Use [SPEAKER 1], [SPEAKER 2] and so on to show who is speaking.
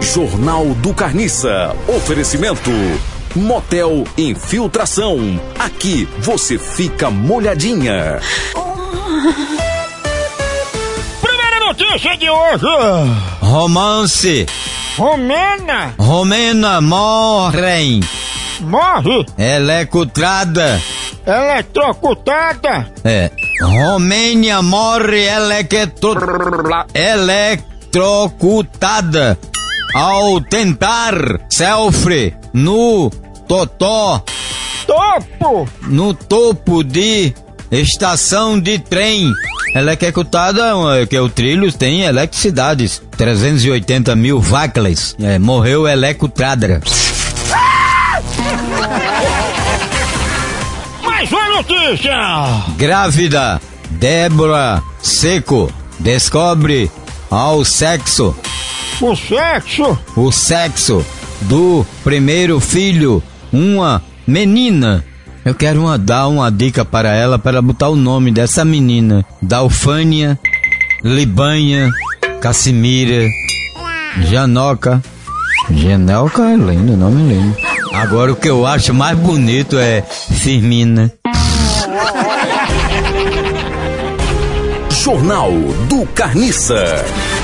[SPEAKER 1] Jornal do Carniça. Oferecimento. Motel Infiltração. Aqui você fica molhadinha.
[SPEAKER 2] Primeira notícia de hoje:
[SPEAKER 3] Romance.
[SPEAKER 2] Romena
[SPEAKER 3] Romena morrem.
[SPEAKER 2] morre
[SPEAKER 3] Elecutrada.
[SPEAKER 2] eletrocutada.
[SPEAKER 3] É. Romênia morre elequetro... eletrocutada ao tentar selfie no totó
[SPEAKER 2] Topo
[SPEAKER 3] no topo de estação de trem. Ela é executada, é que o trilho tem eletricidades. 380 mil vacas. É, morreu elecutrada.
[SPEAKER 2] Mais uma notícia.
[SPEAKER 3] Grávida, Débora Seco descobre ao sexo,
[SPEAKER 2] O sexo
[SPEAKER 3] o sexo do primeiro filho, uma menina. Eu quero uma- dar uma dica para ela, para botar o nome dessa menina. Dalfânia, Libanha, Cassimira, Janoca. Janoca é lindo, nome lindo. Agora o que eu acho mais bonito é Firmina.
[SPEAKER 1] Jornal do Carniça.